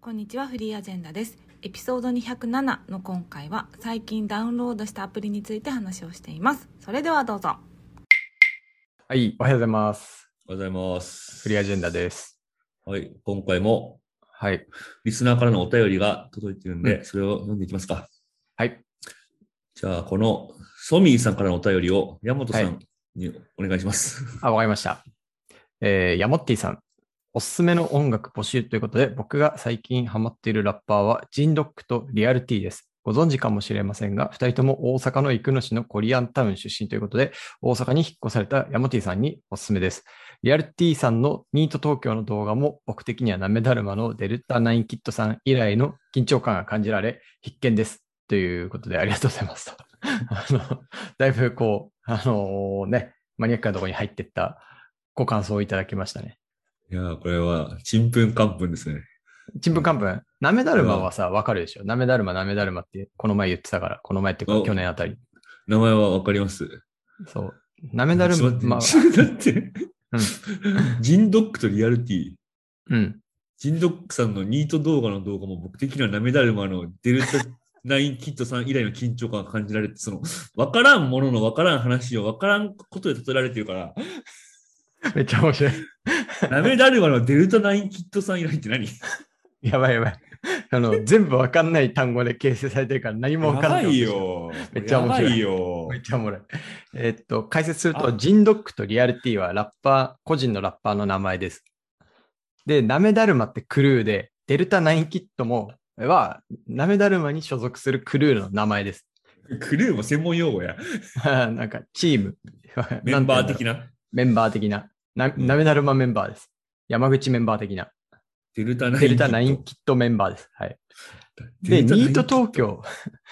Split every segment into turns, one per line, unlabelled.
こんにちはフリーアジェンダですエピソード207の今回は最近ダウンロードしたアプリについて話をしていますそれではどうぞ
はい、おはようございます。
おはようございます。
フリーアジェンダです。
はい、今回も
はい。
リスナーからのお便りが届いてるんで、
うん
それを読んでいきますか。
はい。
じゃあ、このソミーさんからのお便りを山本さ
は
んにお願いします。
あ、わかりました。えー、ヤモッティさん。おすすめの音楽募集ということで、僕が最近ハマっているラッパーは、ジンドックとリアルティです。ご存知かもしれませんが、二人とも大阪の生野市のコリアンタウン出身ということで、大阪に引っ越されたヤモティさんにおすすめです。リアルティさんのニート東京の動画も、僕的にはナメダルマのデルタナインキットさん以来の緊張感が感じられ、必見です。ということで、ありがとうございますと。 あの、だいぶこう、あのね、マニアックなところに入ってったご感想をいただきましたね。
いやー、これは、ちんぷんかんぷんですね。
ちんぷんかんぷん、なめだるまはさ、わかるでしょ。なめだるま、なめだるまって、この前言ってたから、この前っていう
お
か、去年あたり。
名前はわかります。
そう。なめだる
ちょっと
まは、
待って、ちょっと待ってジンドックとリアルティ。
うん。
ジンドックさんのニート動画の動画も僕的にはナメダルマのデルタ9キットさん以来の緊張感が感じられて、その、わからんもののわからん話をわからんことで例えられてるから、
めっちゃ面白い。
ナメダルマのデルタ9キットさん以来って何
やばいやばい。あの、全部わかんない単語で形成されてるから、何もわ
や
かんな
ば
い。
い。よ。
めっちゃ面白い
やばいよ
め。っちゃおもろい。 えっと、解説すると、
あ
ジンドックとリアルティはラッパー、個人のラッパーの名前です。で、ナメダルマってクルーで、デルタナインキットも、は、ナメダルマに所属するクルーの名前です。
クルーも専門用語や。
なんか、チーム。
メンバー
なんて
的
言うんだろ
な。
う。メンバー的な。な
うん
ナメダルマメンバーです。山口メンバー的な。
デルタ9キット。
デルタナインキットメンバーです。 はい。で、
デルタ
ニート
9キッ
東京。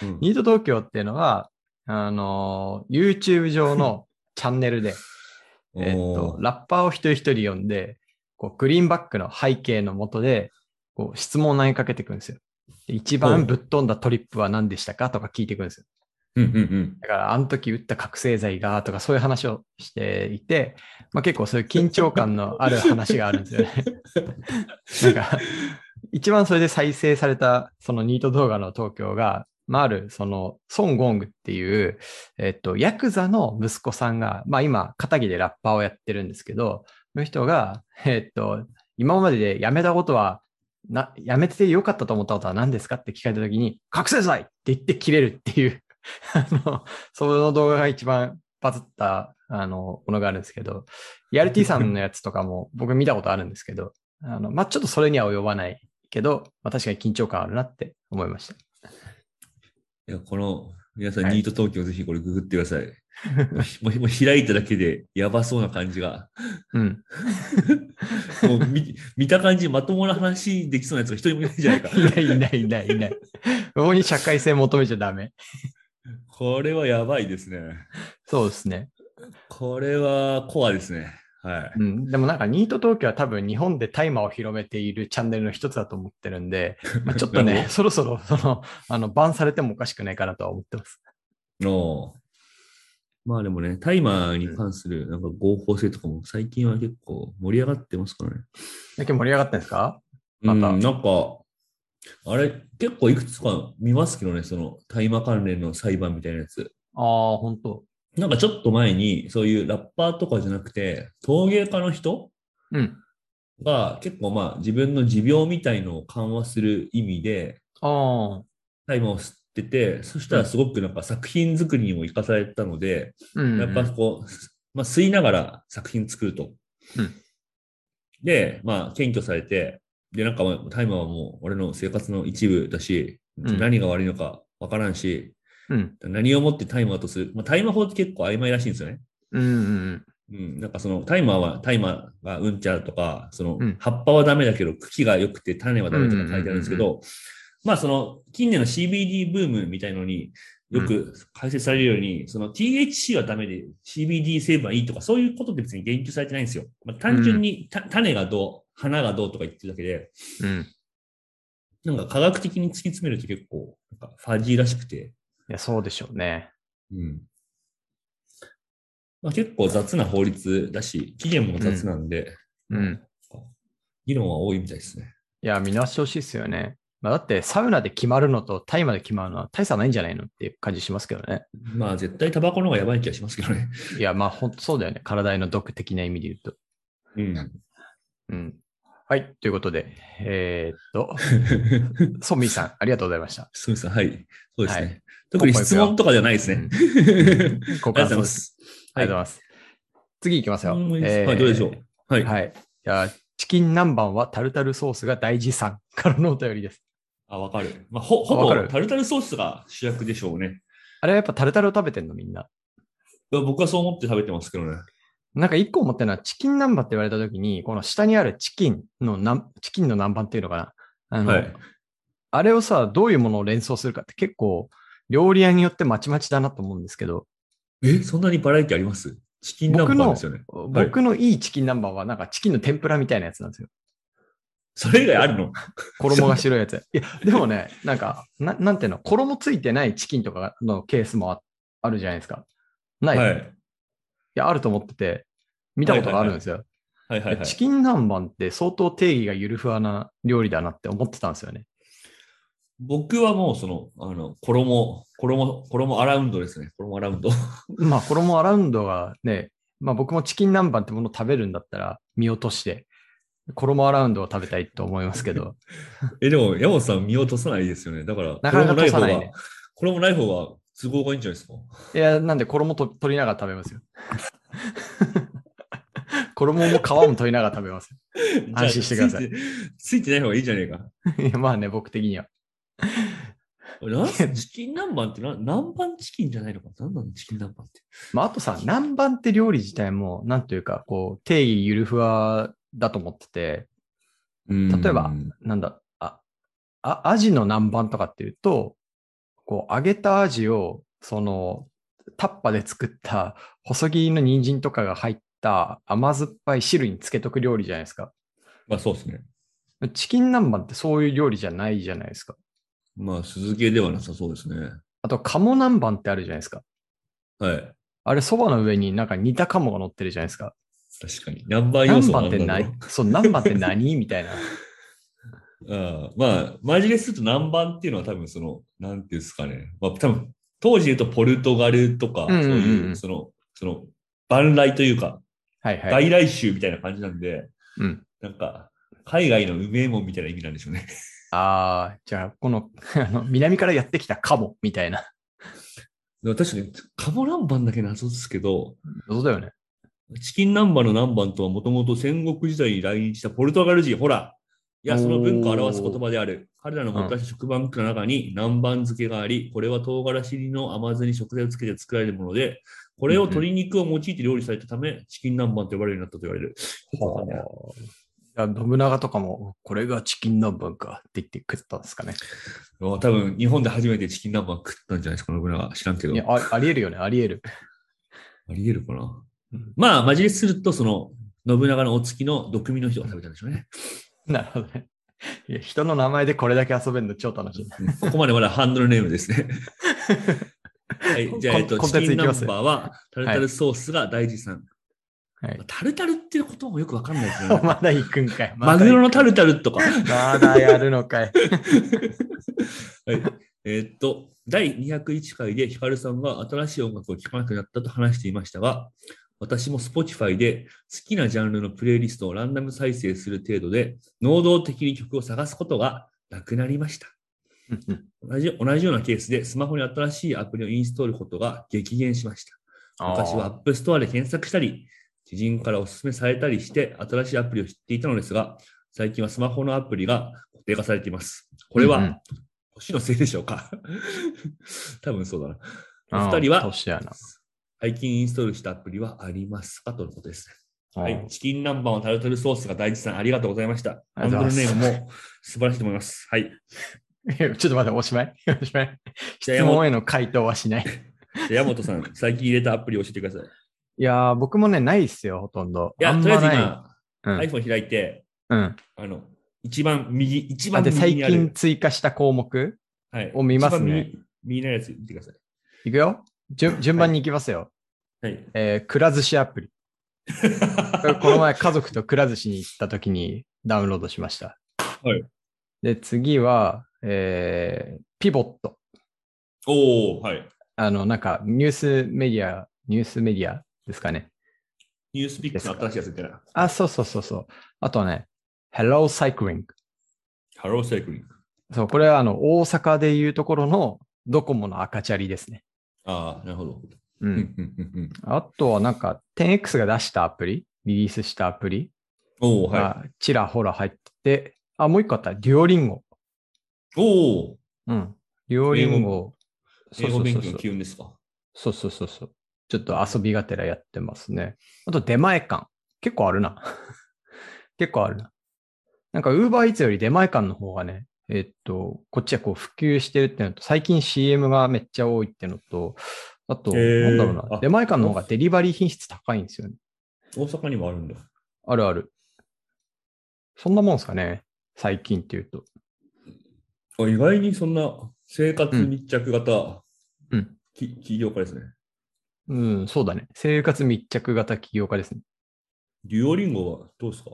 ト。うん
ニート東京っていうのは、あのー YouTube 上のチャンネルで、えっと、
おー
ラッパーを一人一人呼んで、こう、グリーンバックの背景のもとで、こう、質問を投げかけていくんですよ。で一
ほ
番
う
ぶっ飛んだトリップは何でしたかとか聞いていくんですよ。
うんうんうん。
だから、あの時打った覚醒剤がとか、そういう話をしていて、まあ、結構そういう緊張感のある話があるんですよね。なんか、一番それで再生された、そのニート動画の東京が、まあ、ある、その、ソン・ゴングっていう、えっと、ヤクザの息子さんが、まあ今、片木でラッパーをやってるんですけど、その人が、えっと、今までで辞めたことは、な、辞めててよかったと思ったことは何ですかって聞かれたときに、覚醒剤って言って切れるっていう、 あの、その動画が一番バズった、あの、ものがあるんですけど、リアルティさんのやつとかも僕見たことあるんですけど、あの、まあ、ちょっとそれには及ばないけど、まあ、確かに緊張感あるなって思いました。
いや、この、皆さん、
はい
ニート東京ぜひこれググってください。 もうもう開いただけでやばそうな感じが。
うん。
もう見 見た感じ、まともな話できそうなやつが一人もいないじゃないか。
いないいないいないいない。 ここに社会性求めちゃダメ。
これはやばいですね。
そうですね。
これはコアですね。はい。
うん。でもなんか、ニート東京は多分日本で大麻を広めているチャンネルの一つだと思ってるんで、 まあ、ちょっとね、そろそろ、その、あの、バンされてもおかしくないかなとは思ってます。
おうまあでもね、タイマーに関するなんか合法性とかも最近は結構盛り上がってますからね。
だけ盛り上がったんですかま
ま
た
た、なんか、あれ、結構いくつか見ますけどね、そのタイマー関連の裁判みたいなやつ。
ああ、本当
なんかちょっと前に、そういうラッパーとかじゃなくて、陶芸家の人
うん。
が結構まあ自分の持病みたいのを緩和する意味で、
ああ、
タイマーを吸ってて、そしたらすごくなんか作品作りにも生かされたので、
うん。
やっぱこう、 まあ、吸いながら作品作ると。
うん
で、まあ、検挙されて、で、なんかまあタイマーはもう俺の生活の一部だし、
うん
何が悪いのかわからんし、
うん。
何をもってタイマーとする。まあ、タイマー法って結構曖昧らしいんですよね。
うんうん
うん、なんかそのタイマーはタイマーがうんちゃらとか、その
うん
葉っぱはダメだけど茎が良くて種はダメとか書いてあるんですけ
うん
ど、まあその近年の CBD ブームみたいのによく解説されるように、その THC はダメで CBD 成分はいいとかそういうことって別に言及されてないんですよ。まあ、単純にた種がどう、花がどうとか言ってるだけで、
うん。うん。い
なんか科学的に突き詰めると結構なんかファジーらしくて、
や、そうでしょうね。
うんまあ、結構雑な法律だし、期限も雑なんで、
うん。
議論は多いみたいですね。
いや、見直してほしいですよね。まあ、だって、サウナで決まるのとタイまで決まるのは大差ないんじゃないのっていう感じしますけどね。
まあ絶対タバコの方がやばい気がしますけどね。
いや、まあ、ほんとそうだよね。体への毒的な意味で言うと。
うん。
うん。はい。ということで、えーっと、ソンミーさん、ありがとうございました。
そうですね。はい。そうですね。
はい
特に質問とかじゃないです
う
ね
ん。ご
ありがとうご
感
ざい
想
ま
です。
す。
ありがとうございます。次行きますよ。
はい、はいどうでしょう。はい。
はい。じゃあ、チキン南蛮はタルタルソースが大事さんからのお便りです。
あ、わかる。まあ、ほほ
わ
ぼ
かる
タルタルソースが主役でしょうね。
あれはやっぱタルタルを食べてんのみんな。
いや僕はそう思って食べてますけどね。
なんか一個思ったのは、チキン南蛮って言われた時に、この下にあるチキンのなん、チキンの南蛮っていうのかな。あの、
はい。
あれをさ、どういうものを連想するかって結構、料理屋によってまちまちだなと思うんですけど、
え、そんなにバラエティありますチキン南蛮ですよね。い
僕のいいチキン南蛮はなんかチキンの天ぷらみたいなやつなんですよ。
それ以外あるの
衣が白いやつ。いや、でもね、なんか、ななんていうの、衣ついてないチキンとかのケースもああるじゃないですか。ない、
はい
い、や、あると思ってて、見たことがあるんですよ。
はいはいはい。
チキン南蛮って相当定義がゆるふわな料理だなって思ってたんですよね。
僕はもうその、あの、衣、衣、衣アラウンドですね。衣アラウンド。
まあ、衣アラウンドがね、まあ僕もチキン南蛮ってものを食べるんだったら見落として、衣アラウンドを食べたいと思いますけ ど、
え、でも、山本さん見落とさないですよね。だから、
なかなか落とさないね。
衣ない方が、衣ない方が都合がいいんじゃないですか
いや、なんで衣と取りながら食べますよ。 衣も皮も取りながら食べます 安心してください
じゃあついて。ついてない方がいいじゃねえか。
よ。いやまあね、僕的には。
なんすチキン南 蛮ってな、南蛮チキンじゃないのかなんなのチキン南蛮って。
まああとさ、南蛮って料理自体も、なんというか、こう、定義ゆるふわだと思ってて、例えば、なんだ、あ、あ、アジの南蛮とかっていうと、こう、揚げたアジを、その、タッパで作った細切りの人参とかが入った甘酸っぱい汁につけとく料理じゃないですか。
まあそうですね。
チキン南蛮ってそういう料理じゃないじゃないですか。
まあ、鈴木ではなさそうですね。
あと、鴨南蛮ってあるじゃないですか。
はい。
あれ、蕎麦の上になんか煮た鴨が乗ってるじゃないですか。
確かに。南蛮要
南
素は
蛮って
何
何そう、南蛮って何み たいな。
ああまあ、マジですると南蛮っていうのは多分その、なんていうんですかね。まあ多分、当時で言うとポルトガルとか、
うんうんうん
そういう、その、その、万来というか、
はいはい。
外来種みたいな感じなんで、
うん。
なんか、海外のうめえもんみたいな意味なんでしょうね。
ああ、じゃあ、この あの、南からやってきたカモみたいな。
でも確かに、カモ南蛮だけ謎ですけど、
そうだよね。
チキン南蛮の南蛮とはもともと戦国時代に来日したポルトガル人、ほら、いや、その文化を表す言葉である。彼らの持った食パンクの中に南蛮漬けがあり、これは唐辛子入りの甘酢に食材をつけて作られるもので、これを鶏肉を用いて料理されたため、チキン南蛮と呼ばれるようになったと言われる。
はあいや信長とかも、これがチキン南蛮かって言って食ったんですかね。
多分、日本で初めてチキン南蛮食ったんじゃないですか、信長。知らんけど
いや。あありえるよね、ありえる。
あり得るかな
うん。
まあ、マジレスすると、その、信長のお月の毒味の人が食べたんでしょうね。
なるほどね。いや人の名前でこれだけ遊べるの超楽しい。
ここまでまだハンドルネームです ね。はい、じゃあ、
コン
えっと、
コン
チ
テン
キ
ツ
ン
いき
ナン
ま
バ
す
ーは、タルタルソースが大事さん。
はい
タルタルっていうこともよくわかんないですね。
まだ行くんかい。まだ 行
マ
く
グロのタルタルとか。
まだやるのかい。
はい、えーっと、第201回でヒカルさんが新しい音楽を聴かなくなったと話していましたが、私も Spotify で好きなジャンルのプレイリストをランダム再生する程度で、能動的に曲を探すことがなくなりました。
うんうん
同じ同じようなケースでスマホに新しいアプリをインストールことが激減しました。 昔は App Store で検索したり、知人からお勧めされたりして新しいアプリを知っていたのですが、最近はスマホのアプリが固定化されています。これ
うんう
は
ん
年のせいでしょうか 多分そうだな。
あー
お二人は
年やな。
最近インストールしたアプリはありますかとのことです。 は
あ
い
ー。
チキン南蛮をタルタルソースが大事さん、ありがとうございました。
あ
ハ
り
ン
がとうご
ドル
ざい
ネ
ます
ームも素晴らしいと思います。はい。
ちょっと待って、おしまい おしまい
じゃあ
質問への回答はしない。
じゃあ、山本さ ん、最近入れたアプリを教えてください。
いやー、僕もね、ないっすよ、ほとんど。
いや、
あん
とりあえ
ま
ず
ない。
今、
うん
iPhone 開いて、
うん。
あの、一番右、一
あ、
番
で、
右
最
にある。
近追加した項目
はい、
を見ますね
一番右。右のやつ見てください。
いくよ。順順番に行きますよ。
はい。
えー、くら寿司アプ リ。これこの前家族とくら寿司に行った時にダウンロードしました。
はい
で、次は、えーピボット。
おおはい。
あの、なんか、ニュースメディア、ニュースメディアですかね。
ニュースピックの新しいやつみたいな。
あ、そうそうそうそう。あとはね、Hello Cycling。
ハローサイクリング。
そう、これはあの、大阪でいうところのドコモの赤チャリですね。
ああ、なるほど。
う。
うんんうんうんうん
あとはなんか、10X が出したアプリ、リリースしたアプリ
おおは
がちらほら入ってて、あ、もう一個あった、デュオリンゴ。
い。おお
うん。デュオリンゴ。
英語勉強の
そう
機運ですか。
そうそうそうそう。ちょっと遊びがてらやってますね。あと出前館。結構あるな。 結構あるな。なんか Uber Eats より出前館の方がね、えっと、こっちはこう普及してるってのと、最近 CM がめっちゃ多いってのと、あと、
へー
なんだろうな、
あ
出前館の方がデリバリー品質高いんですよね。
大阪にもあるんだ。
あるある。そんなもんですかね。最近っていうと。
あ意外にそんな生活密着型、
うん
き起業家ですね。
うん、そうだね。生活密着型起業家ですね。
デュオリンゴはどうですか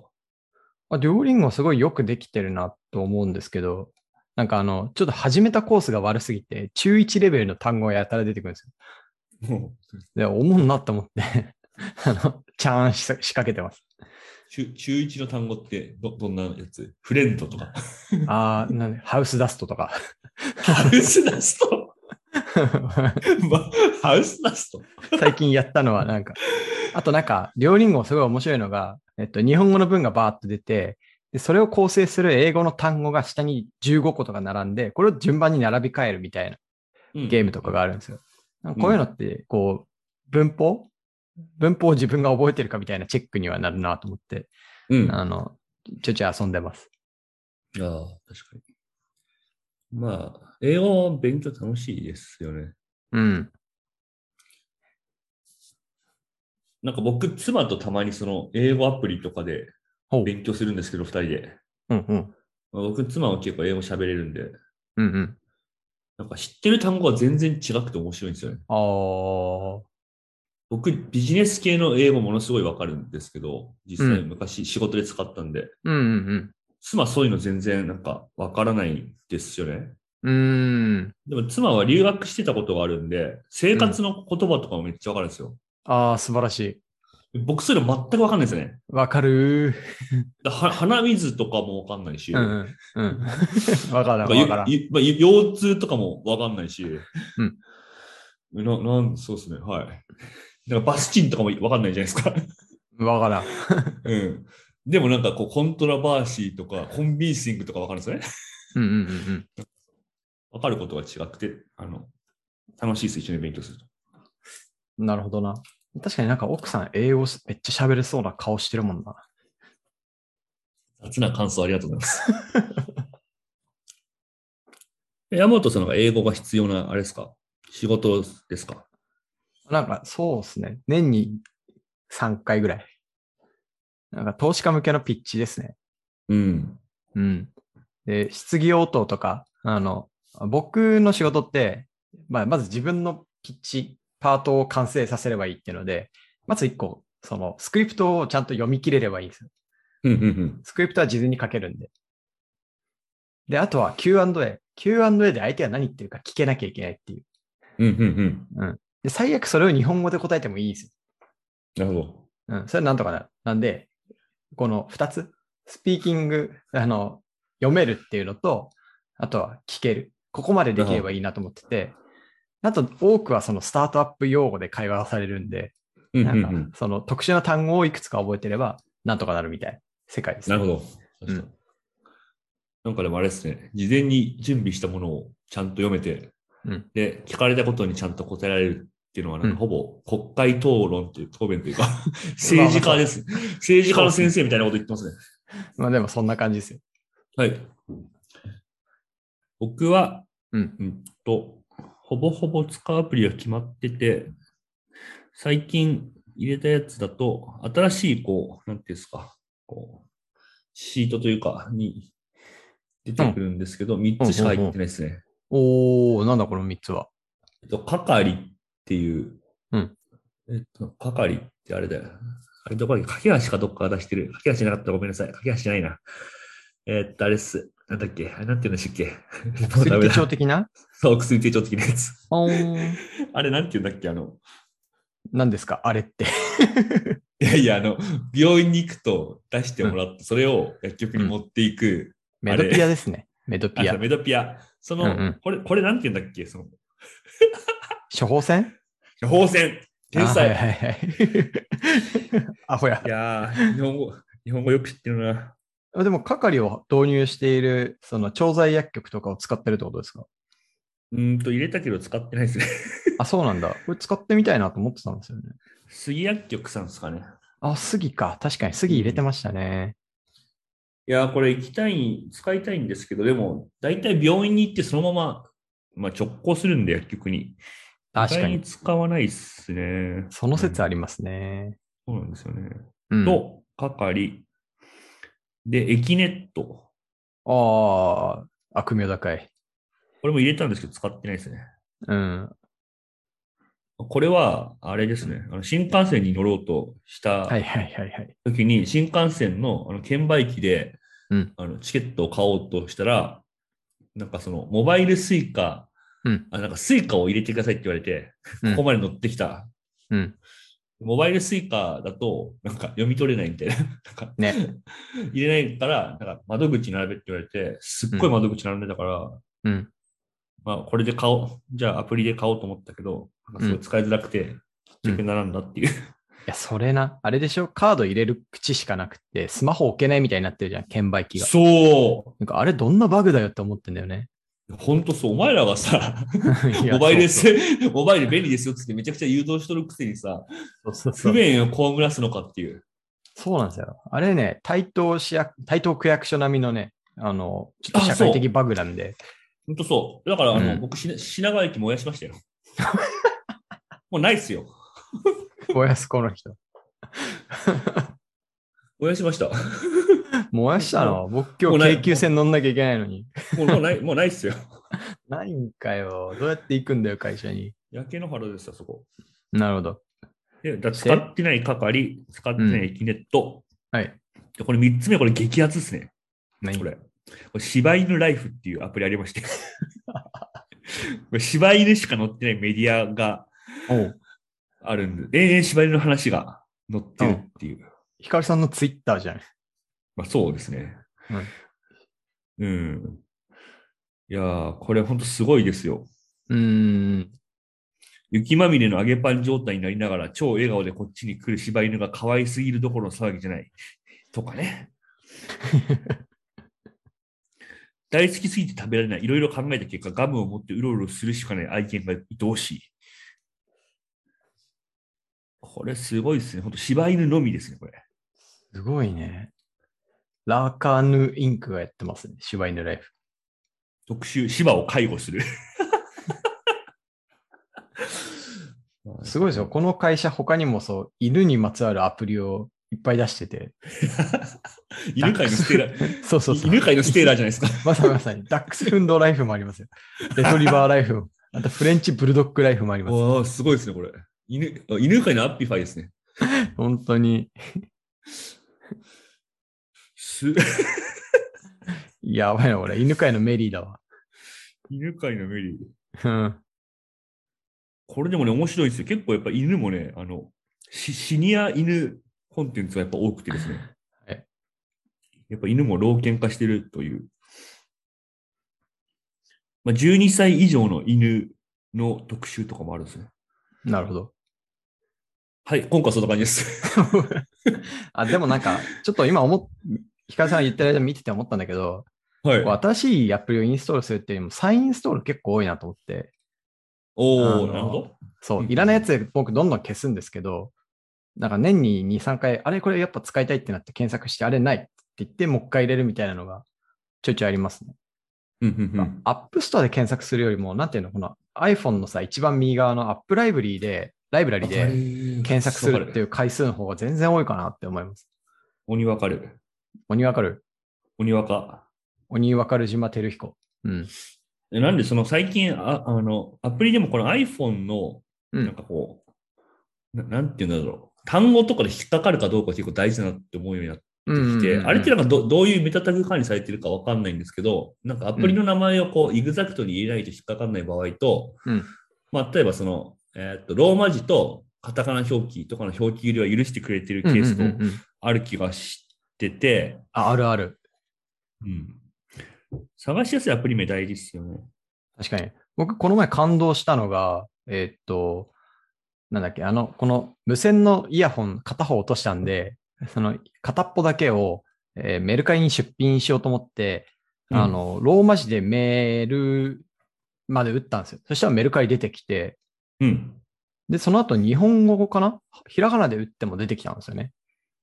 あ、デュオリンゴすごいよくできてるなと思うんですけど、なんかあの、ちょっと始めたコースが悪すぎて、中1レベルの単語がやたら出てくるんです
もう
よ。で、おもんなと思って、 あの、チャーンし仕掛けてます。
中中一の単語ってどどんなやつフレン ドとか。
あー、なんで、ハウスダストとか。
ハウスダスト、ま、ハウスダスト
最近やったのは なんか、あとなんか、デュオリンゴすごい面白いのが、えっと、日本語の文がバーっと出て、で、それを構成する英語の単語が下に15個とか並んで、これを順番に並び替えるみたいな。ゲームとかがあるんですよ。なんかこういうのって、こう、文法文法を自分が覚えてるかみたいなチェックにはなるなと思って、
うん。あ
あの、ちょいちょい遊んでます。
あ、確かに。まあ、英語の勉強楽しいですよね。
うん。
なんか僕、妻とたまにその英語アプリとかで
ほう。
勉強するんですけど、二人で。
うんうん。
まあ僕、妻は結構英語喋れるんで、
うんうん。
なんか知ってる単語は全然違くて面白いんですよね。
あー。
僕、ビジネス系の英語ものすごいわかるんですけど、実際
うん
昔仕事で使ったんで、
うんうん
妻そういうの全然なんかわからないですよね。
うん。うーん。
でも妻は留学してたことがあるんで、生活の言葉とかもめっちゃわかるんですよ。
あー、素晴らしい。
僕そういうの全くわかんないですよね。
わかるー。
だは鼻水とかもわかんないし、
うんうん。うん。 わから
なん
ん、
か
わからん。
ゆゆまあゆ腰痛とかもわかんないし、
うん
ななんそうですね、はい。なんかバスチンとかもわかんないじゃないですか。
わからん。
うん。でもなんかこう、コントラバーシーとか、コンビーシングとかわかるんですよね。
うんうんうんうん。
わかることが違くて、あの、楽しいです、一緒に勉強すると。
なるほどな。確かになんか奥さん英語めっちゃ喋れそうな顔してるもんな。
雑な感想ありがとうござい ます。山本さんが英語が必要な、あれですか仕事ですか
なんか、そうですね。年に3回ぐらい。なんか、投資家向けのピッチですね。
うん。
うん。で、質疑応答とか、あの、僕の仕事って、まあ、まず自分のピッチ、パートを完成させればいいっていうので、まず1個、その、スクリプトをちゃんと読み切れればいいんですよ。
うんうんうん。
スクリプトは事前に書けるんで。で、あとは Q&A。Q&A で相手は何言ってるか聞けなきゃいけないっていう。
うんうんうん。
で、最悪それを日本語で答えてもいいんですよ
なるほど。
うん、それはなんとかなる。なんで、この二つ、スピーキング、あの、読めるっていうのと、あとは聞ける。ここまでできればいいなと思ってて、あと多くはそのスタートアップ用語で会話がされるんで、
うんう
なん
うんん
か。その特殊な単語をいくつか覚えてれば、なんとかなるみたいな世界です。
なるほど。
うん
確かになんかでもあれですね、事前に準備したものをちゃんと読めて、
うん
で、聞かれたことにちゃんと答えられるっていうのは、なん
うん
かほぼ国会討論という、答弁と いうか、政治家です。政治家の先生みたいなこと言ってますね。
まあでもそんな感じですよ。
はい。僕は、
うん
と、ほぼほぼ使うアプリが決まってて、最近入れたやつだと、新しい、こう、なんていうんですか、こう、シートというか、に出てくるんですけど、3つしか入ってないですね。
おー、なんだこの三つは。
えっと、かかりっていう、
うん
えっと、かかりってあれだよ。あれどこだっけ、駆け足かどっかが出してる。駆け足じゃなかったらごめんなさい。駆け足じゃないな。えーっと、あれっす。なんだっけあれなんて言うんでしたっけも うダ
薬
メ
手
だ
帳的な
そう、薬手帳的なやつ。
おーん
あれなんて言うんだっけあの、
何ですかあれ って。
いやいや、あの、病院に行くと出してもらって、それを薬局に持っていく、
メドピアですね。メドピ
あ
ア
の。メドピア。その、
うんうん
これ、これなんて言うんだっけその、
処方箋
処方箋天才、
あはいはい はい。アホや
い。やー、日本語、日本語よく知ってるな。
でも、係を導入している、その、調剤薬局とかを使ってるってことですか
うーんと、入れたけど使ってないですね。
あ、そうなんだ。これ使ってみたいなと思ってたんですよね。
杉薬局さんですかね。
あ、杉か。確かに杉入れてましたね。
いやー、これ行きたい、使いたいんですけど、でも、大体病院に行ってそのまま、まあ、直行するんで、薬局に。
確か
意外
に。
使わないっすね。
その説あ
り、
りますね。
そうなんですよね。
うん。
と、係。で、エキネット。
ああ、悪名高い。
これも入れたんですけど、使ってないですね。
うん。
これは、あれですね。あの新幹線に乗ろうとした
はいはいはいはい。
時に、新幹線のあの券売機で、
うん
あのチケットを買おうとしたら、なんかその、モバイルスイカ、
うん
あなんかスイカを入れてくださいって言われて、
うん
ここまで乗ってきた。
うん。
モバイルスイカだと、なんか読み取れないみたいな。なんか
ね。
入れないから、なんか窓口並べって言われて、すっごい窓口並んでたから、
うん。
まあ、これで買おう。じゃあ、アプリで買おうと思ったけど、なんかすごい使いづらくて、結局並んだってい
い
う。
や、それな。あれでしょカード入れる口しかなくて、スマホ置けないみたいになってるじゃん。券売機が。
そ
なんか、あれどんなバグだよって思ってんだよね。
うほんとそう。お前らがさ、
いや
モバイル
そう
で、 モバイル便利ですよっつってめちゃくちゃ誘導しとるくせにさ、
そうそうそう
不便を被らすのかっていう。
そうなんですよ。あれね、台東市役、台東区役所並みのね、あの、ちょっ
あ
と社会的バグなんで。
ほんとそう。だから、あの、
うん
僕し、品川駅燃やしましたよ。 もうないっすよ。
燃やすこの人。
燃やしました。
燃やしたの僕今
もうな
日
い
京急線乗んなきゃいけないのに。
もうもうない、も うないっすよ。
ないんかよ。どうやって行くんだよ、会社に。
焼け野原ですよ、そこ。
なるほど。
で、だ使ってない係、使ってないエキネット。
はい。
でこれ3つ目、これ激アツですね。
何
これ。これ柴犬ライフっていうアプリあり まして。これ柴犬しか載ってないメディアが
おう
あるんで、永遠柴犬の話が載ってるっていう。
ヒカルさんのツイッターじゃん。
まあそうですね。
は
うん。いやー、これほんとすごいですよ。
うーん。
雪まみれの揚げパン状態になりながら、超笑顔でこっちに来る柴犬が可愛すぎるどころの騒ぎじゃない。とかね。大好きすぎて食べられない。いろいろ考えた結果、ガムを持ってうろうろするしかない愛犬が愛おしい。これすごいですね。ほんと柴犬のみですね、これ。
すごいね。ラーカーヌインクがやってますね。柴犬ライフ。
特集、芝を介護する。
すごいですよ。この会社、他にもそう、犬にまつわるアプリをいっぱい出して て。
犬飼いのステーラー、
そうそうそう。
犬飼いのステーラーじゃないですか。
まさにまさに、ダックスフンドライフもありますよ。レトリバーライフも。あと、フレンチブルドッグライフもあります。
おーすごいですね、これ。犬、あ犬飼いのアッピファイですね。
本当に。
す、
やばいな、俺。犬飼いのメリーだわ。
犬飼いのメリー。
うん。
これでもね、面白いんですよ。結構やっぱ犬もね、あの、シシニア犬コンテンツがやっぱ多くてですね。
はい
やっぱ犬も老犬化してるという。まあ、12歳以上の犬の特集とかもあるんですね。
なるほど。
はい、今回はそんな感じです。
あ、でもなんか、ちょっと今思っ、ヒカルさんが言ってる間見てて思ったんだけど、
はい。
新しいアプリをインストールするっていうよりも、再インストール結構多いなと思って。あ
お
の
ー、なるほど。
そうう、
ん
いらないやつで僕どんどん消すんですけど、なんか年に2、3回、あれこれやっぱ使いたいってなって検索して、あれないって言って、もう一回入れるみたいなのがちょいちょいありますね。
うんうんうん。。
アップストアで検索するよりも、なんていうの、この iPhone のさ、一番右側のアップライブリーで、ライブラリで検索するっていうう回数の方が全然多いかなって思います。
鬼わかる。
鬼わかる
鬼わか。
鬼わかる島照彦。うん。
えなんで、その最近、ああの、アプリでもこの iPhone の、
う
なん
ん。
かこう、ななんて言うんだろう。単語とかで引っかかるかどうか結構大事だなって思うようになっ
うん
で、あれって
う
なんかどどういうメタタグ管理されてるかわかんないんですけど、なんかアプリの名前をこう、イグザクトに入れないと引っかかんない場合と、
うん
まあ、例えばその、えーっと、ローマ字とカタカナ表記とかの表記入れは許してくれてるケ
ん
ース
うんうん
も
うんうん
ある気がしてて、
ああるある。
うん探しやすいアプリ名大事ですよね。
確かに。僕、この前感動したのが、えーっと、なんだっけ、あの、この無線のイヤホン片方落としたんで、その片っぽだけを、えーメルカリに出品しようと思って、
うん
あの、ローマ字でメールまで打ったんですよ。そしたらメルカリ出てきて、
うん。
で、その後日本語かなひらがなで打っても出てきたんですよね。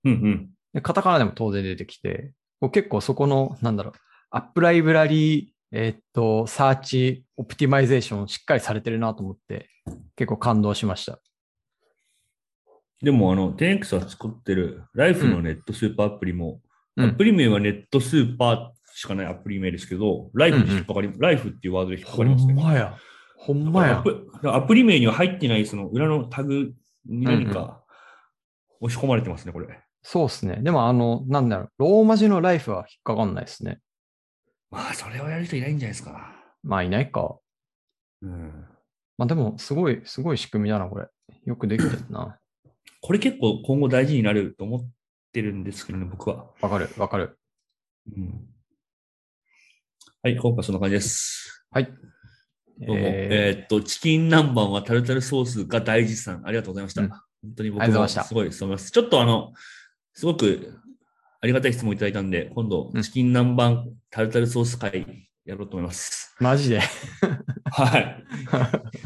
うんうん。
で、カタカナでも当然出てきて、こう結構そこの、なんだろう、アップライブラリー、えーっと、サーチ、オプティマイゼーションしっかりされてるなと思って、結構感動しました。
でも、あの、10X が作ってる、ライフのネットスーパーアプリも、
うん
アプリ名はネットスーパーしかないアプリ名ですけど、ライフに引っかかり、ライフっていうワードで引っかかりますね。
まや。ほんま
ア
や。
プアプリ名には入ってない、その裏のタグに何か押し込まれてますね、これ。
そうっすね。でもあの、なんだろう、ローマ字のライフは引っかかんないですね。
まあ、それをやる人いないんじゃないですか。
まあいないか。
うん。
まあでも、すごい、すごい仕組みだな、これ。よくできてるな。
これ結構今後大事になると思ってるんですけどね、僕は。
わかる、わかる。
うんはい、今回はそんな感じです。
はい。
どうも。
え
えーっと、チキン南蛮はタルタルソースが大事さん、ありがとうございました。
うん
本当に
あ
僕
りがとうござ
も
いました
すごい、すみません。ちょっとあの、すごくありがたい質問いただいたんで、今度
うん、
チキン南蛮タルタルソース会やろうと思います。
ーマジで。
はい。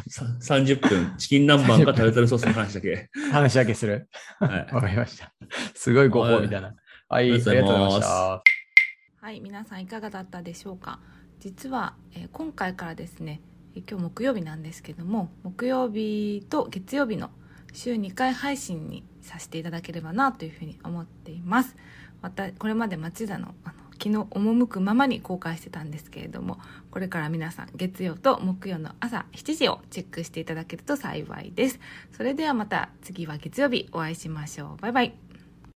さ30分、チキン南蛮かタルタルソースの話 だけ。
話だけする。
はい。
わかりました。すごいご褒美だな。はい、あ
あ
り
り
が
が
と
と
う
う
ご
ご
ざいまし
ざいます
た。
はい、皆さんいかがだったでしょうか。実は、えー今回からですね、えー今日木曜日なんですけども、木曜日と月曜日の週2回配信にさせていただければなというふうに思っています。また、これまで町田のあの気の赴くままに公開してたんですけれども、これから皆さん月曜と木曜の朝7時をチェックしていただけると幸いです。それではまた次は月曜日お会いしましょう。バイバイ。